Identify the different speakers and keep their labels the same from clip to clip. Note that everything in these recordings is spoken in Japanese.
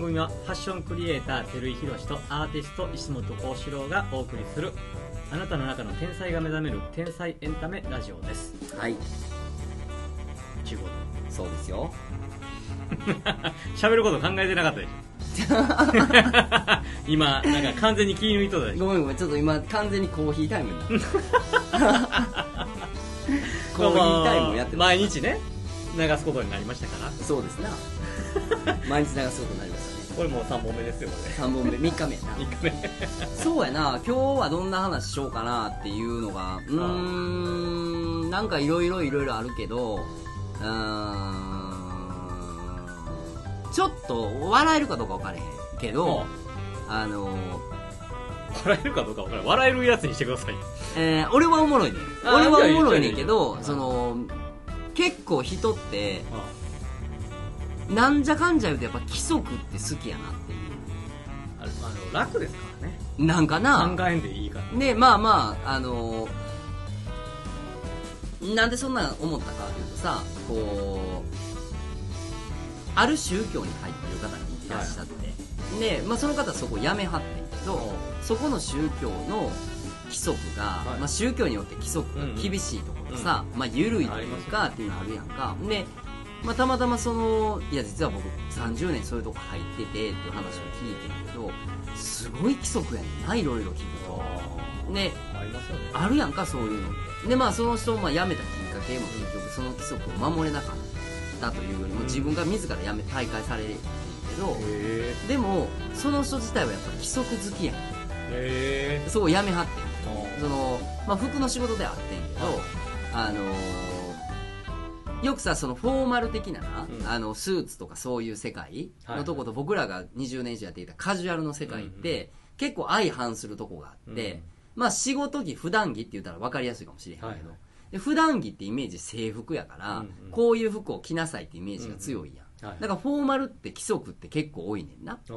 Speaker 1: 組はファッションクリエイター照井宏とアーティスト石本幸四郎がお送りするあなたの中の天才が目覚める天才エンタメラジオです
Speaker 2: はい
Speaker 1: 15度
Speaker 2: そうですよ
Speaker 1: 喋ること考えてなかったでしょ 今なんか完全に気抜いとったでしょ
Speaker 2: ごめんごめんちょっと今完全にコーヒータイム にコーヒータイムをやってます
Speaker 1: 毎日ね流すことになりましたから
Speaker 2: そうですな毎日流すことになりましたね
Speaker 1: これもう3本目ですよこ
Speaker 2: 3本目3日目やな
Speaker 1: れ3日目
Speaker 2: そうやな今日はどんな話しようかなっていうのがうーんなんかいろいろいろいろあるけどうーんちょっと笑えるかどうか分からへんけど、あの
Speaker 1: 笑えるかどうか分からない笑えるやつにしてくださいよ
Speaker 2: えー俺はおもろいねん
Speaker 1: あ
Speaker 2: 俺はおもろ
Speaker 1: い
Speaker 2: い
Speaker 1: やいい
Speaker 2: ねん
Speaker 1: よ
Speaker 2: け
Speaker 1: い
Speaker 2: ど
Speaker 1: いよ
Speaker 2: その結構人ってなんじゃかんじゃ言うとやっぱ規則って好きやなってい
Speaker 1: あれあの楽ですからね
Speaker 2: うなんかな
Speaker 1: 考えんでいいから
Speaker 2: でまあまああのなんでそんなん思ったかというとさこうある宗教に入ってる方にいらっしゃって、で、まあ、その方はそこを辞めはってんけど、そこの宗教の規則が、
Speaker 1: はい
Speaker 2: まあ、宗教によって規則が厳しいところとさ、まあ、緩いというかっていうのあるやんか、で、まあ、たまたまそのいや実は僕30年そういうとこ入っててっていう話を聞いてんけどすごい規則やねんないろいろ聞くと。ね、
Speaker 1: ありますよね
Speaker 2: あるやんかそういうのってでまあその人をまあ辞めたきっかけも結局その規則を守れなかったというよりも自分が自ら辞め大会されるけど
Speaker 1: へ
Speaker 2: でもその人自体はやっぱ規則好きやん
Speaker 1: え
Speaker 2: そこを辞めはってんその、まあ、服の仕事ではあってんけどあのーよくさそのフォーマル的なな、
Speaker 1: うん
Speaker 2: あのスーツとかそういう世界のとこと僕らが20年以上やっていたカジュアルの世界って、結構相反するとこがあって、
Speaker 1: うん
Speaker 2: まあ仕事着普段着って言ったら分かりやすいかもしれへんけど、
Speaker 1: はいはい
Speaker 2: で普段着ってイメージ制服やから、
Speaker 1: うんうん
Speaker 2: こういう服を着なさいってイメージが強いやん、
Speaker 1: うんはい
Speaker 2: だからフォーマルって規則って結構多いねんな例え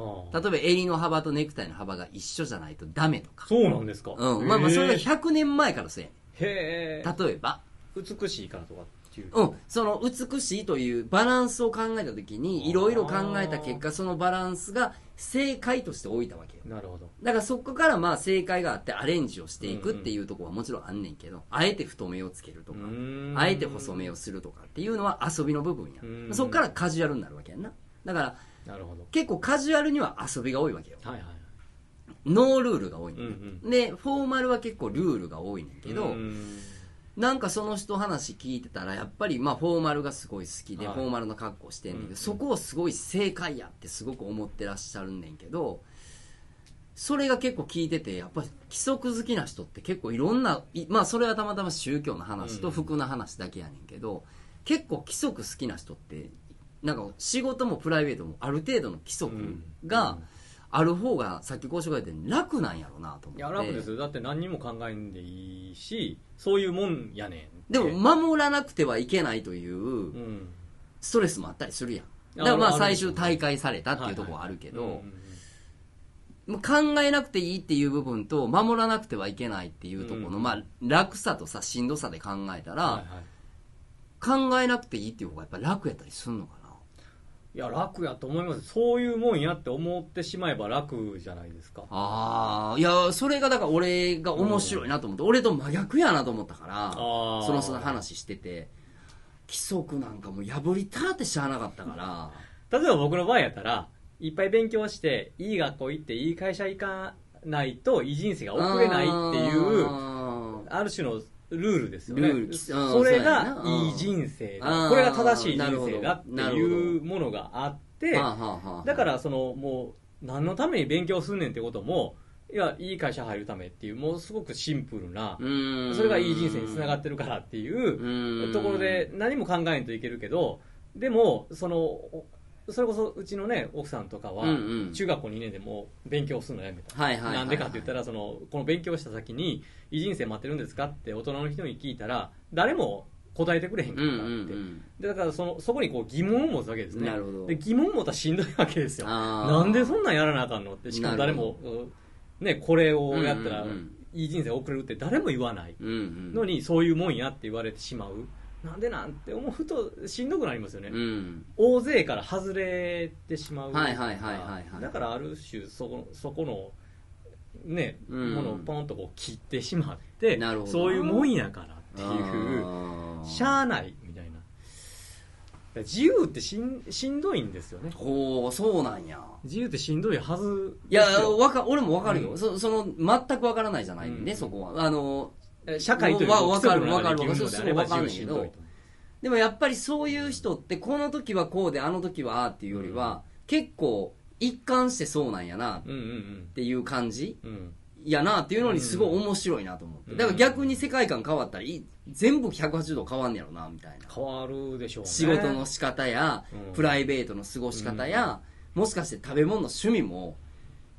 Speaker 2: ば襟の幅とネクタイの幅が一緒じゃないとダメとか、
Speaker 1: そうなんですか
Speaker 2: うんまあまあそれが
Speaker 1: へ
Speaker 2: 100年前からそうやね
Speaker 1: え
Speaker 2: ん例えば
Speaker 1: 美しいからとかっていう
Speaker 2: うん、その美しいというバランスを考えた時にいろいろ考えた結果そのバランスが正解として置いたわけよ
Speaker 1: なるほど
Speaker 2: だからそこからまあ正解があってアレンジをしていくっていうところはもちろんあんねんけど、あえて太めをつけるとか、あえて細めをするとかっていうのは遊びの部分や、
Speaker 1: うん
Speaker 2: そこからカジュアルになるわけやんなだから
Speaker 1: なるほど
Speaker 2: 結構カジュアルには遊びが多いわけよ
Speaker 1: はいはい
Speaker 2: ノールールが多いね
Speaker 1: うん
Speaker 2: ん
Speaker 1: うん
Speaker 2: でフォーマルは結構ルールが多いねんけど、
Speaker 1: うん
Speaker 2: なんかその人話聞いてたらやっぱりまあフォーマルがすごい好きで、
Speaker 1: はい
Speaker 2: フォーマルの格好してんねんけ
Speaker 1: うん
Speaker 2: どそこをすごい正解やってすごく思ってらっしゃるんねんけどそれが結構聞いててやっぱり規則好きな人って結構いろんないまあそれはたまたま宗教の話と服の話だけやねんけど、結構規則好きな人ってなんか仕事もプライベートもある程度の規則
Speaker 1: うん
Speaker 2: がある方がさっきご紹介で楽なんやろうなと思って
Speaker 1: いや楽ですよだって何にも考えんでいいしそういうもんやねん
Speaker 2: でも守らなくてはいけないという、
Speaker 1: うん
Speaker 2: ストレスもあったりするやん
Speaker 1: あ
Speaker 2: だからまあ
Speaker 1: あるある
Speaker 2: 最終大会されたっていうところはあるけどもう考えなくていいっていう部分と守らなくてはいけないっていうところ
Speaker 1: う
Speaker 2: の
Speaker 1: ん
Speaker 2: まあ楽さとさしんどさで考えた
Speaker 1: は
Speaker 2: ら
Speaker 1: いはい
Speaker 2: 考えなくていいっていう方がやっぱ楽やったりするのかない
Speaker 1: や楽やと思いますそういうもんやって思ってしまえば楽じゃないですか
Speaker 2: ああいやそれがだから俺が面白いなと思って俺と真逆やなと思ったから
Speaker 1: あー
Speaker 2: その人の話してて規則なんかもう破りたってしゃあなかったから
Speaker 1: 例えば僕の場合やったらいっぱい勉強していい学校行っていい会社行かないといい人生が送れないっていう
Speaker 2: あー
Speaker 1: ある種のルールですよね
Speaker 2: ルールうん
Speaker 1: それ
Speaker 2: そうや
Speaker 1: が
Speaker 2: ない
Speaker 1: い人生
Speaker 2: あ
Speaker 1: だ
Speaker 2: ー
Speaker 1: これが正しい人生だって
Speaker 2: なるほど
Speaker 1: いうものがあって
Speaker 2: はあはあはあ
Speaker 1: だからそのもう何のために勉強すんねんってこともいやいい会社入るためっていうもうすごくシンプルなそ
Speaker 2: そ
Speaker 1: れがいい人生につながってるからっていうところで何も考えんといけるけどでもそのおそれこそうちのね奥さんとかは
Speaker 2: うんうん
Speaker 1: 中学校2年でもう勉強するのやめた
Speaker 2: はいはいはいはい
Speaker 1: なんでかって言ったらそのこの勉強した先に「いい人生待ってるんですか?」って大人の人に聞いたら誰も答えてくれへんか
Speaker 2: うん
Speaker 1: ら
Speaker 2: う
Speaker 1: っ
Speaker 2: ん
Speaker 1: て、
Speaker 2: うん
Speaker 1: でだからそのそこにこう疑問を持つわけですね
Speaker 2: なるほど
Speaker 1: で疑問を持ったらしんどいわけですよな
Speaker 2: なん
Speaker 1: でそんなんやらなあかんのってしかも誰も、うんね、これをやったら
Speaker 2: うんうんうん
Speaker 1: いい人生送れるって誰も言わない
Speaker 2: うんうん
Speaker 1: のにそういうもんやって言われてしまうなんでなんて思うとしんどくなりますよね、
Speaker 2: うん
Speaker 1: 大勢から外れてしまう
Speaker 2: はいはいはいはいはい
Speaker 1: だからある種そこそこのね、
Speaker 2: うん
Speaker 1: ものをポンとこう切ってしまって
Speaker 2: なるほど
Speaker 1: そういうもんやからっていう
Speaker 2: あー
Speaker 1: しゃあないみたいなだから自由ってしんしんどいんですよね
Speaker 2: ほうそうなんや
Speaker 1: 自由ってしんどいはず
Speaker 2: い
Speaker 1: で
Speaker 2: や
Speaker 1: すよ
Speaker 2: わか俺もわかるよ、
Speaker 1: うん
Speaker 2: そその全くわからないじゃないんで、
Speaker 1: うん
Speaker 2: そこはあの
Speaker 1: 社会という
Speaker 2: わわかる
Speaker 1: 規則の中で
Speaker 2: わかる
Speaker 1: 生きるのであれば
Speaker 2: わかる
Speaker 1: 自由しんどいと
Speaker 2: でもやっぱりそういう人ってこの時はこうであの時はああっていうよりは、結構一貫してそうなんやなっ
Speaker 1: うんうん
Speaker 2: ていう感じ
Speaker 1: うんうん
Speaker 2: やなっていうのにすごい面白いなと思って、
Speaker 1: うん
Speaker 2: だから逆に世界観変わったらい全部180度変わんねやろなみたいな
Speaker 1: 変わるでしょうね
Speaker 2: 仕事の仕方や、
Speaker 1: うん
Speaker 2: プライベートの過ごし方や、もしかして食べ物の趣味も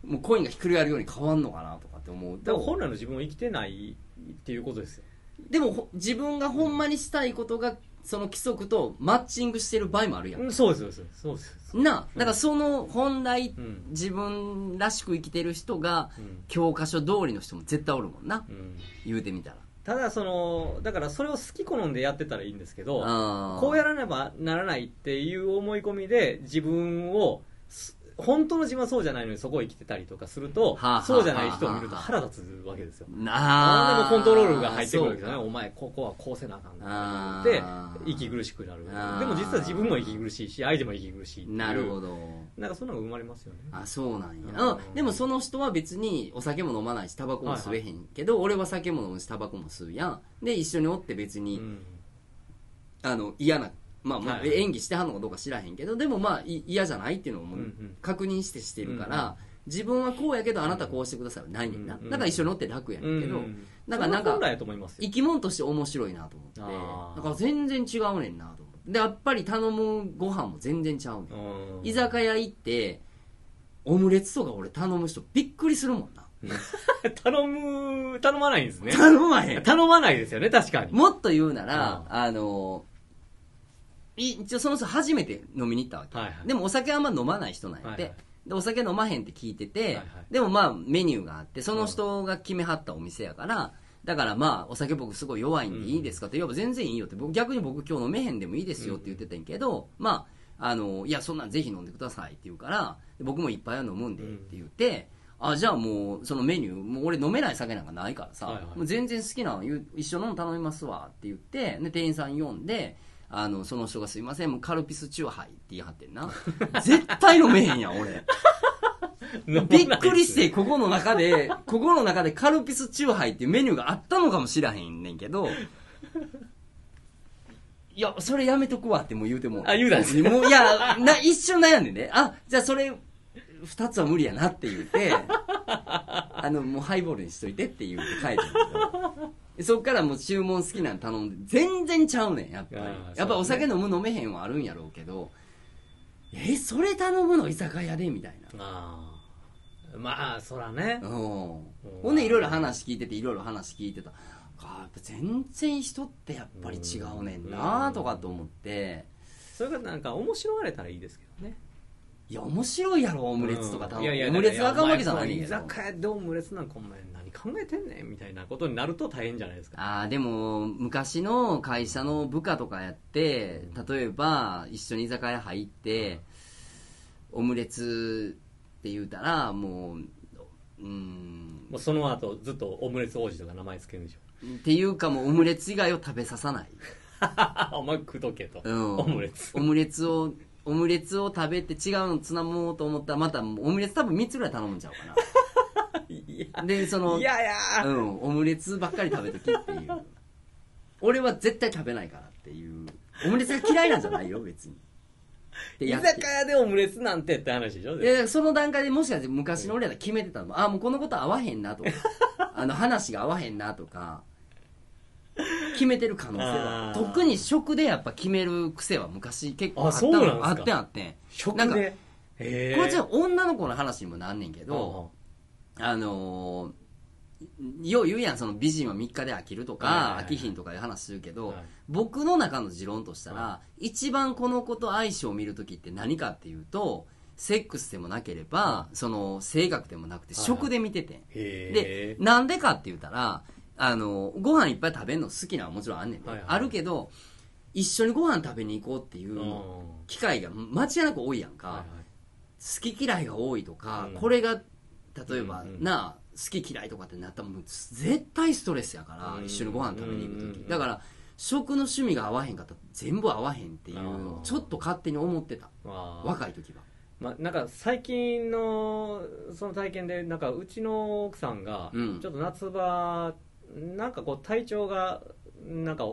Speaker 2: もうコインがひっくり返るように変わんのかなとかって思う
Speaker 1: だから
Speaker 2: と
Speaker 1: 本来の自分を生きてないっていうことですよ
Speaker 2: でもほ自分がほんまにしたいことがその規則とマッチングしてる場合もあるやん、
Speaker 1: うんそうですそうですそうです
Speaker 2: なあだからその本来
Speaker 1: うん
Speaker 2: 自分らしく生きてる人が
Speaker 1: うん
Speaker 2: 教科書通りの人も絶対おるもんな
Speaker 1: うん
Speaker 2: 言うてみたら
Speaker 1: ただそのだからそれを好き好んでやってたらいいんですけど
Speaker 2: あ
Speaker 1: こうやらねばならないっていう思い込みで自分をす本当の自分はそうじゃないのにそこを生きてたりとかすると
Speaker 2: はあはあ
Speaker 1: そうじゃない人を見ると腹立つわけですよ
Speaker 2: な
Speaker 1: 何
Speaker 2: あ
Speaker 1: でもコントロールが入ってくるわけですよ
Speaker 2: そ
Speaker 1: ね
Speaker 2: うか
Speaker 1: お前ここはこうせなあかんな
Speaker 2: あー
Speaker 1: で息苦しくなる
Speaker 2: あー
Speaker 1: でも実は自分も息苦しいし相手も息苦しいっていう
Speaker 2: なるほど
Speaker 1: なんかそんなのが生まれますよね
Speaker 2: あそうなんや
Speaker 1: うん
Speaker 2: あでもその人は別にお酒も飲まないしタバコも吸えへんけど、俺は酒も飲むしタバコも吸うやんで一緒におって別に、
Speaker 1: うん
Speaker 2: あの嫌な、まあまあ
Speaker 1: はいはい
Speaker 2: 演技してはんのかどうか知らへんけどでもまあい嫌じゃないっていうのをもう
Speaker 1: うんうん
Speaker 2: 確認してしてるから、
Speaker 1: うんうん
Speaker 2: 自分はこうやけどあなたこうしてくださいはないねんな、
Speaker 1: うんうん
Speaker 2: だから一緒に乗って楽やねんけど、
Speaker 1: うん
Speaker 2: だからなん
Speaker 1: それは本来
Speaker 2: か
Speaker 1: やと思いますよ
Speaker 2: 生き物として面白いなと思って
Speaker 1: あー
Speaker 2: だから全然違うねんなと思ってでやっぱり頼むご飯も全然ちゃうねん、
Speaker 1: うん
Speaker 2: 居酒屋行ってオムレツとか俺頼む人びっくりするもんな
Speaker 1: 頼む、頼まないんですね。
Speaker 2: 頼ま へん
Speaker 1: 頼まないですよね、確かに。
Speaker 2: もっと言うな
Speaker 1: う
Speaker 2: ら、あのい一応その人初めて飲みに行ったわけ、
Speaker 1: はいはい
Speaker 2: でもお酒あんま飲まない人なんやっ
Speaker 1: はい
Speaker 2: て、
Speaker 1: はい
Speaker 2: でお酒飲まへんって聞いてて、
Speaker 1: いはい
Speaker 2: でもまあメニューがあってその人が決めはったお店やからだからまあお酒僕すごい弱いんでいいですかって言えば全然いいよって僕逆に僕今日飲めへんでもいいですよって言ってたんやけど、まああのいやそんなんぜひ飲んでくださいって言うからで僕もいっぱいは飲むんでって言って、あじゃあもうそのメニューもう俺飲めない酒なんかないからさ、
Speaker 1: はいはい
Speaker 2: もう全然好きなの言う一緒のの頼みますわって言ってで店員さん呼んであのその人が「すいませんもうカルピスチューハイ」って言い張ってんな絶対飲めへんやん俺びっくりして、ここの中で、 ここの中でカルピスチューハイっていうメニューがあったのかもしらへんねんけど、いや、それやめとくわってもう言うても。
Speaker 1: あ言うたんです
Speaker 2: もう、いや、な、一瞬悩んでね。あ、じゃあそれ、二つは無理やなって言う て、あの、もうハイボールにしといてって言うて書いてるけど。そっからもう注文好きなの頼んで、全然ちゃうねん、やっぱり
Speaker 1: あー。
Speaker 2: やっぱお
Speaker 1: そう
Speaker 2: 酒
Speaker 1: ね
Speaker 2: 飲む飲めへんはあるんやろうけど、え、それ頼むの居酒屋でみたいな。
Speaker 1: ああ。まあ、そらね
Speaker 2: う。んほんでいろいろ話聞いてていろいろ話聞いてたあやっぱ全然人ってやっぱり違うねんなとかと思って
Speaker 1: それがなんか面白がれたらいいですけどね。
Speaker 2: いや面白いやろオムレツとか頼む、
Speaker 1: いやいや
Speaker 2: オムレツがあかんわけじゃな
Speaker 1: やお
Speaker 2: いん
Speaker 1: 前
Speaker 2: や
Speaker 1: 居
Speaker 2: けど
Speaker 1: 酒屋でオムレツなんかお前何考えてんねんみたいなことになると大変じゃないですか。
Speaker 2: あーでも昔の会社の部下とかやって例えば一緒に居酒屋入って、オムレツって言うたらもううん
Speaker 1: もうその後ずっとオムレツ王子とか名前つけるでしょ。
Speaker 2: っていうかもうオムレツ以外を食べささない
Speaker 1: お前食うとけと。
Speaker 2: うん
Speaker 1: オムレツ。
Speaker 2: オムレツをオムレツを食べて違うのつなもうと思ったらまたオムレツ多分3つぐらい頼むんちゃうか
Speaker 1: い
Speaker 2: なでその
Speaker 1: や、いやいや
Speaker 2: うん、オムレツばっかり食べときっていう俺は絶対食べないからっていうオムレツが嫌いなんじゃないよ別にで
Speaker 1: 居
Speaker 2: やっ
Speaker 1: 酒
Speaker 2: て
Speaker 1: 屋でオムレツなんてって話でしょ。
Speaker 2: でその段階でもしかして昔の俺ら決めてたのもあもうこのこと合わへんなと かあの話が合わへんなとか決めてる可能性は
Speaker 1: あー
Speaker 2: 特に食でやっぱ決める癖は昔結構あ
Speaker 1: あ
Speaker 2: った
Speaker 1: そうなんです
Speaker 2: の
Speaker 1: か
Speaker 2: あってんあってん
Speaker 1: 食
Speaker 2: なんか
Speaker 1: で。へえ。
Speaker 2: これちょっと女の子の話にもなんねんけど、あのーよう言うやんその美人は3日で飽きる
Speaker 1: は
Speaker 2: と
Speaker 1: いはい
Speaker 2: か
Speaker 1: はい
Speaker 2: 飽きひんとかいう話するけど、
Speaker 1: はい
Speaker 2: 僕の中の持論としたら、
Speaker 1: は
Speaker 2: 一番この子と相性を見る時って何かっていうとセックスでもなければその性格でもなくて
Speaker 1: はいはい
Speaker 2: 食で見ててん、
Speaker 1: へ
Speaker 2: で
Speaker 1: え。
Speaker 2: なんでかって言ったらあのご飯いっぱい食べるの好きなのはもちろんあんねんで、
Speaker 1: はいはい
Speaker 2: あるけど一緒にご飯食べに行こうっていう機会が間違いなく多いやんか、好き嫌いが多いとか、
Speaker 1: うん
Speaker 2: これが例えば、
Speaker 1: うんうん
Speaker 2: なあ好き嫌いとかってなったらもう絶対ストレスやから、
Speaker 1: うん
Speaker 2: 一緒にご飯食べに行く時、
Speaker 1: うんうんうん
Speaker 2: だから食の趣味が合わへんかったら全部合わへんっていうのを
Speaker 1: あー
Speaker 2: ちょっと勝手に思ってた
Speaker 1: 若
Speaker 2: 若い時は
Speaker 1: まあ、なんか最近のその体験でなんかうちの奥さんが
Speaker 2: うん
Speaker 1: ちょっと夏場なんかこう体調がなんか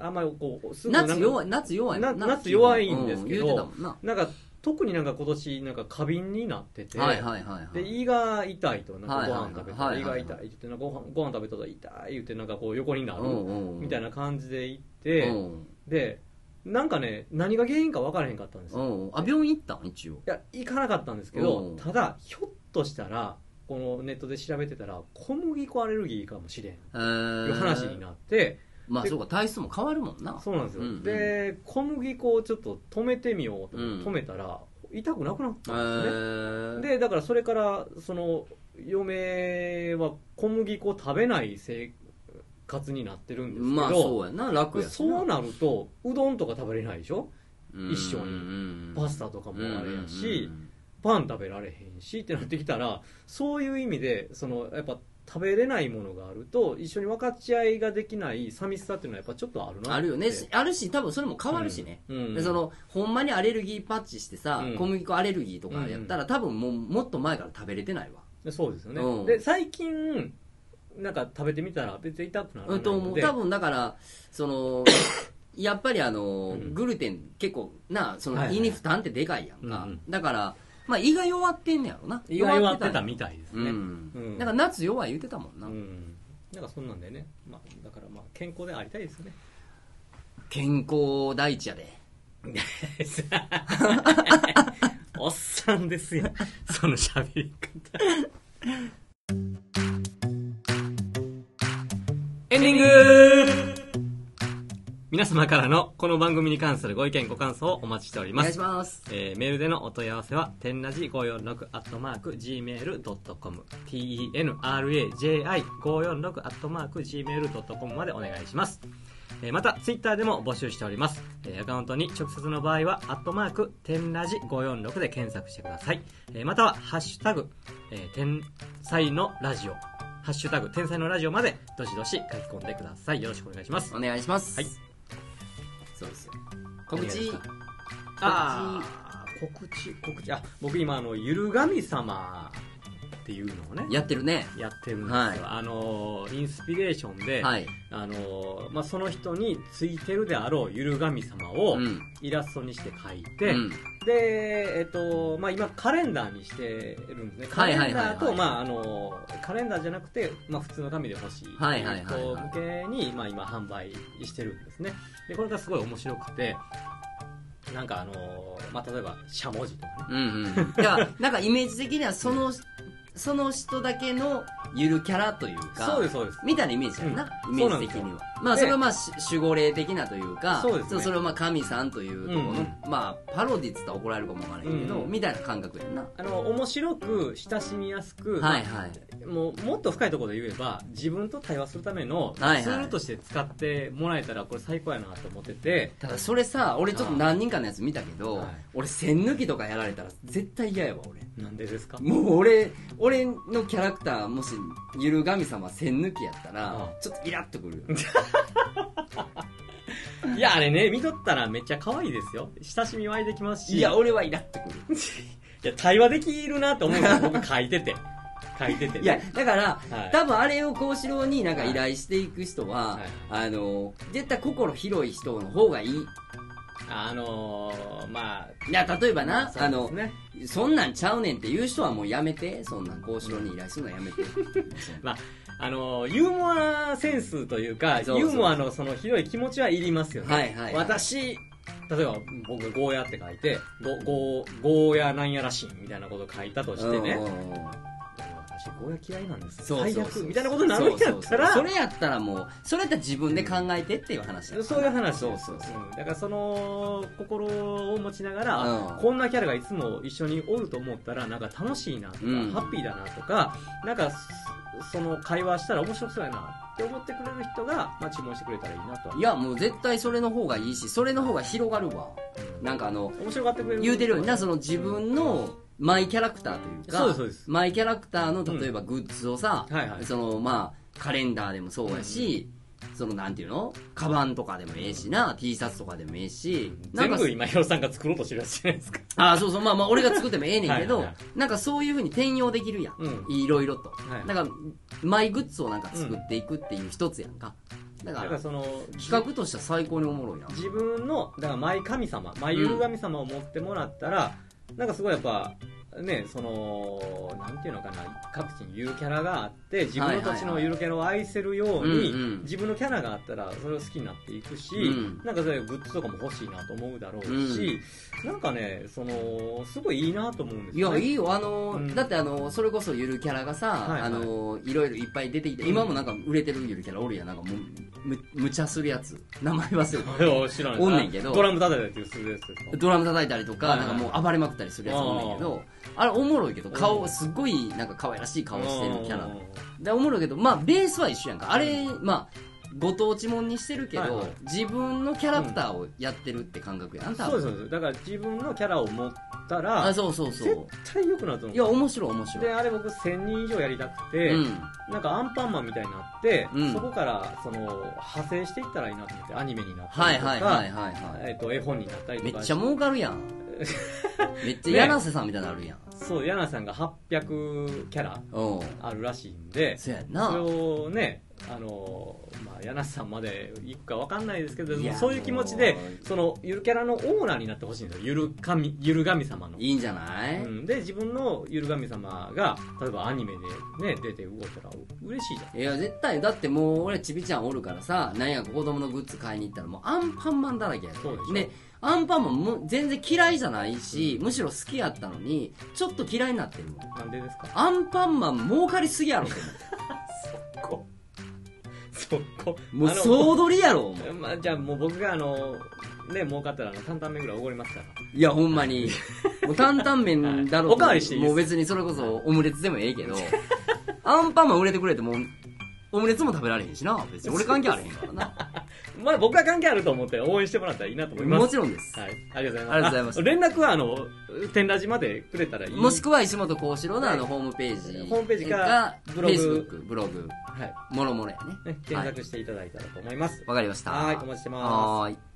Speaker 1: あんまりこうすぐなんか
Speaker 2: 夏弱い夏弱いもん
Speaker 1: な夏弱いんですけど
Speaker 2: う言うてたもん
Speaker 1: なんか特になんか今年なんか過敏になってて、
Speaker 2: なはいはいはいは
Speaker 1: で
Speaker 2: い
Speaker 1: 胃が痛いとなんかご飯食べた
Speaker 2: は
Speaker 1: ら
Speaker 2: い
Speaker 1: 胃
Speaker 2: は
Speaker 1: が
Speaker 2: いはいは
Speaker 1: 痛
Speaker 2: い
Speaker 1: いって言ってなんかご飯ご飯食べたら痛い言ってなんかこう横にな
Speaker 2: う
Speaker 1: る
Speaker 2: んうん
Speaker 1: みたい
Speaker 2: な
Speaker 1: な感じで行っ
Speaker 2: う
Speaker 1: て
Speaker 2: ん
Speaker 1: でなんかね何が原因か分からへんかったんです
Speaker 2: う
Speaker 1: よ
Speaker 2: んうんあ病院行ったん一応
Speaker 1: いや行かなかったんですけ
Speaker 2: う
Speaker 1: ど
Speaker 2: ん
Speaker 1: ただひょっとしたらこのネットで調べてたら小麦粉アレルギーかもしれんい
Speaker 2: えー
Speaker 1: う話になって
Speaker 2: まあ
Speaker 1: で
Speaker 2: そうか体質も変わるもんな
Speaker 1: そうなんですよ
Speaker 2: うんうん
Speaker 1: で小麦粉をちょっと止めてみようと
Speaker 2: うん
Speaker 1: 止めたら痛くなくなっ
Speaker 2: え
Speaker 1: たんですね
Speaker 2: ー
Speaker 1: でだからそれからその嫁は小麦粉食べない生活になってるんですけど、
Speaker 2: まあそうやな楽やし
Speaker 1: そうなるとうどんとか食べれないでしょ一緒に
Speaker 2: に
Speaker 1: パ
Speaker 2: ス
Speaker 1: スタとかもあれやし、パン食べられへんしってなってきたらそういう意味でそのやっぱ食べれないものがあると一緒に分かち合いができない寂しさっていうのはやっぱちょっとあるなって
Speaker 2: あるよねあるし多分それも変わるしね、
Speaker 1: うんうん
Speaker 2: でそのほんまにアレルギーパッチしてさ、
Speaker 1: うん
Speaker 2: 小麦粉アレルギーとかやったら、多分もうもっと前から食べれてないわ
Speaker 1: でそうですよね、
Speaker 2: うん
Speaker 1: で最近なんか食べてみたら別に痛くならな
Speaker 2: う
Speaker 1: い
Speaker 2: んと思
Speaker 1: の
Speaker 2: う
Speaker 1: で、
Speaker 2: 多分だから そのやっぱりあの、
Speaker 1: うん
Speaker 2: グルテン結構なそ
Speaker 1: はい
Speaker 2: の
Speaker 1: はい
Speaker 2: 胃に負担ってでかいやんか、
Speaker 1: うんうん
Speaker 2: だから、まあ、胃が弱ってんねやろな
Speaker 1: 意外は合って
Speaker 2: んや
Speaker 1: たみたいです
Speaker 2: う
Speaker 1: ね、う
Speaker 2: ん、
Speaker 1: ん
Speaker 2: だから夏弱い言ってたもんな、
Speaker 1: うん、なんかそんなんでね、まあ、だからまあ健康でありたいですね
Speaker 2: 健康第一やで
Speaker 1: おっさんですよその喋り方エンディング皆様からのこの番組に関するご意見ご感想をお待ちしており
Speaker 2: お
Speaker 1: ま
Speaker 2: 願い
Speaker 1: す
Speaker 2: します
Speaker 1: えーメールでのお問い合わせは、天ラジ546アットマーク gmail.com、tenraji546 アットマーク gmail.com までお願いします。えーまた、ツイッターでも募集しております。えーアカウントに直接の場合は、アットマーク、天ラジ546で検索してください。えーまたは、ハッシュタグ、えー天才のラジオ、ハッシュタグ、天才のラジオまで、どしどし書き込んでください。よろしくお願いします。
Speaker 2: お願いします
Speaker 1: はい
Speaker 2: そうですよ告
Speaker 1: いいで
Speaker 2: 知
Speaker 1: すかあー告知告知あ僕今あの「ゆる神様」っていうのをね
Speaker 2: やってるね
Speaker 1: やってるんですよ、
Speaker 2: はい
Speaker 1: あのーインスピレーションで、
Speaker 2: はい、
Speaker 1: あのーまあ、その人についてるであろうゆる神様を
Speaker 2: うん
Speaker 1: イラストにして描いて、
Speaker 2: うん
Speaker 1: で、えっとまあ、今カレンダーにしてるんですねカ
Speaker 2: はい
Speaker 1: レ
Speaker 2: はい
Speaker 1: ン
Speaker 2: はいはい
Speaker 1: ダーとまああのーカレンダーじゃなくて、まあ、普通の紙で欲しい
Speaker 2: はいはいはいはい
Speaker 1: 人向けに、まあ、今販売してるんですねでこれがすごい面白くてなんかあのーまあ、例えばしゃもじとかね
Speaker 2: うんうん、だから なんかイメージ的にはそのその人だけのゆるキャラというか
Speaker 1: そうですそうです
Speaker 2: みたいなイメージやな、
Speaker 1: うん
Speaker 2: イメージ的にはまあ
Speaker 1: で
Speaker 2: それはまあし守護霊的なというか
Speaker 1: そうですね
Speaker 2: れはまあ神さんというところの、
Speaker 1: うん
Speaker 2: まあパロディっつったら怒られるかもわからないけど、
Speaker 1: うんうん
Speaker 2: みたいな感覚やんな、
Speaker 1: あの面白く親しみやすく、
Speaker 2: はいはい
Speaker 1: もうもっと深いところで言えば自分と対話するためのツ
Speaker 2: はいはい
Speaker 1: ールとして使ってもらえたらこれ最高やなと思ってて、
Speaker 2: ただそれさ俺ちょっと何人かのやつ見たけど、
Speaker 1: はい
Speaker 2: 俺線抜きとかやられたら絶対嫌やわ俺
Speaker 1: なんでですか
Speaker 2: もう俺俺のキャラクターもしゆる神様線抜きやったら、
Speaker 1: うん
Speaker 2: ちょっとイラッと くるよ
Speaker 1: いやあれね見とったらめっちゃ可愛いですよ親しみ湧いてきますし
Speaker 2: いや俺はイラッとくる
Speaker 1: いや対話できるなと思うんです よ僕書いてて書いてて
Speaker 2: いや、だから、
Speaker 1: はい
Speaker 2: 多分あれを幸四郎になんか依頼していく人は、
Speaker 1: はい
Speaker 2: あの、絶対心広い人の方がいい。
Speaker 1: あのー、まあ
Speaker 2: いや、例えばな、
Speaker 1: そう
Speaker 2: あ
Speaker 1: で
Speaker 2: の
Speaker 1: す、ね
Speaker 2: そんなんちゃうねんっていう人はもうやめて、そんなん幸四郎に依頼するのやめて。
Speaker 1: まああのーユーモアセンスというか
Speaker 2: そうそう
Speaker 1: ユーモアのその広い気持ちはいりますよね、
Speaker 2: はいはいはい
Speaker 1: 私例えば僕がゴーヤって書いてゴゴーゴーヤなんやらしいみたいなこと書いたとしてね、
Speaker 2: うんうんうん
Speaker 1: 私ゴーヤ嫌いなんです
Speaker 2: そうそうそう
Speaker 1: 最悪みたいなことになるんやったら
Speaker 2: そうそうそうそれやったらもう、それやったら自分で考えてっていう話だ
Speaker 1: そういう話
Speaker 2: そう
Speaker 1: です
Speaker 2: そうそう。
Speaker 1: うんだからその心を持ちながら、
Speaker 2: うん
Speaker 1: こんなキャラがいつも一緒におると思ったらなんか楽しいなとか、
Speaker 2: うん
Speaker 1: ハッピーだなとかなんかその会話したら面白そうやなって思ってくれる人が、まあ、注文してくれたらいいなと
Speaker 2: いやもう絶対それの方がいいしそれの方が広がるわなんかあの
Speaker 1: 面白がってくれる
Speaker 2: 言うてるようになその自分のマイキャラクターというか
Speaker 1: そうですそうです
Speaker 2: マイキャラクターの例えばグッズをさ、
Speaker 1: はいはい
Speaker 2: そのまあカレンダーでもそうやし、そのなんていうのカバンとかでもええしな、T シャツとかでもええし、なん
Speaker 1: 全
Speaker 2: か
Speaker 1: 部今ヒロさんが作ろうとしてるやつじゃないですか
Speaker 2: ああそうそうまあまあ俺が作ってもええねんけど
Speaker 1: はいはいは
Speaker 2: なんかそういうふうに転用できるやん、
Speaker 1: う
Speaker 2: いろいろと、
Speaker 1: はい
Speaker 2: だからマイグッズをなんか作っていくっていう一つやんか
Speaker 1: だ
Speaker 2: だか
Speaker 1: から
Speaker 2: ら
Speaker 1: その
Speaker 2: 企画としては最高におもろいな
Speaker 1: 自分のだから舞神様舞ゆる神様を持ってもらったら、なんかすごいやっぱねそのなんていうのかな各地にゆるキャラがあって自分たちのゆるキャラを愛せるように、
Speaker 2: うんうん
Speaker 1: 自分のキャラがあったらそれを好きになっていくし、
Speaker 2: うん
Speaker 1: なんかそういうグッズとかも欲しいなと思うだろうし、なんかねそのすごいいいなと思うんです
Speaker 2: いや、
Speaker 1: よ、ね、
Speaker 2: いいよ。あのー
Speaker 1: うん
Speaker 2: だってあのーそれこそゆるキャラがさ、
Speaker 1: はいはい
Speaker 2: あのーいろいろいっぱい出てきて、今もなんか売れてるゆるキャラおるやん。なんかもう、む、むちゃするやつ。名前忘れた。
Speaker 1: や知らない
Speaker 2: おんねんけど
Speaker 1: ドラム叩いたっていうするやつですか
Speaker 2: ドラム叩いたりとか、
Speaker 1: はいはい
Speaker 2: なんかもう暴れまくったりするやつおんねんけど、あれおもろいけど、顔、すっごいなんか可愛らしい顔してるキャラ。で、おもろいけど、まあ、ベースは一緒やんか。あれ、まあ、ご当地もんにしてるけど、
Speaker 1: はいはい
Speaker 2: 自分のキャラクターをやってるって感覚やん、多
Speaker 1: そうで
Speaker 2: 分
Speaker 1: すそうですだから自分のキャラを持った
Speaker 2: あ、
Speaker 1: ら
Speaker 2: そうそうそう。
Speaker 1: 絶対良くなると思
Speaker 2: いうや、面白い面白い。
Speaker 1: であれ僕1000人以上やりたくて、
Speaker 2: うん。
Speaker 1: なんかアンパンマンみたいになって、
Speaker 2: うん
Speaker 1: そこからその派生していったらいいなと思ってアニメになった
Speaker 2: は
Speaker 1: り
Speaker 2: い
Speaker 1: とか、
Speaker 2: はいはいはいはい。
Speaker 1: えっと絵本になったり
Speaker 2: め
Speaker 1: と
Speaker 2: っ
Speaker 1: か
Speaker 2: ちゃ儲か るやん。めっち
Speaker 1: ね
Speaker 2: ゃ柳瀬さんみたいなのあるやん。
Speaker 1: そうヤナさんが800キャラ
Speaker 2: うん。
Speaker 1: あるらしいんで
Speaker 2: そやん
Speaker 1: それ
Speaker 2: な。
Speaker 1: をねあのまあ、柳瀬さんまで行くか分かんないですけど
Speaker 2: いや
Speaker 1: そういう気持ちで
Speaker 2: もう
Speaker 1: そのゆるキャラのオーナーになってほしいんですよゆる神ゆる神様の
Speaker 2: いいんじゃない、
Speaker 1: うん、で自分のゆる神様が例えばアニメで、ね、出て動いたら嬉しいじゃん
Speaker 2: いや、絶対、だってもう俺ちびちゃんおるからさ、なんや子供のグッズ買いに行ったらもうアンパンマンだらけやで
Speaker 1: そうでしょ
Speaker 2: で、アンパンマンも全然嫌いじゃないし、むしろ好きやったのに、ちょっと嫌いになってるもん。
Speaker 1: なんでですか
Speaker 2: アンパンマン儲かりすぎやろって思
Speaker 1: そこそこ
Speaker 2: う。もう
Speaker 1: あの
Speaker 2: 総取りやろ、お前。
Speaker 1: まあ、じゃあもう僕があのね儲かったらあの担々麺ぐらいおごりますから
Speaker 2: いや、ほんまに。もう担々麺だろうと
Speaker 1: おかわりしていいです
Speaker 2: もう別にそれこそオムレツでもええけど、アンパンマン売れてくれても、オムレツも食べられへんしな。別に俺関係あれへんからな。
Speaker 1: まあ僕は関係あると思って応援してもらったらいいなと思います
Speaker 2: もちろんです。
Speaker 1: はい、ありがとうございます
Speaker 2: ありがとうございます
Speaker 1: 連絡はあの天ラジまでくれたらいい
Speaker 2: もしくは石本幸四郎のあのホームページ。
Speaker 1: ホームページかブ
Speaker 2: ブ
Speaker 1: ロ
Speaker 2: ロ
Speaker 1: グ
Speaker 2: グ。Facebook、ブログ、
Speaker 1: は
Speaker 2: もろもろやね。
Speaker 1: いね、検索していただいたらと思います、
Speaker 2: わかりました。
Speaker 1: はいお待ちしてます
Speaker 2: はーい。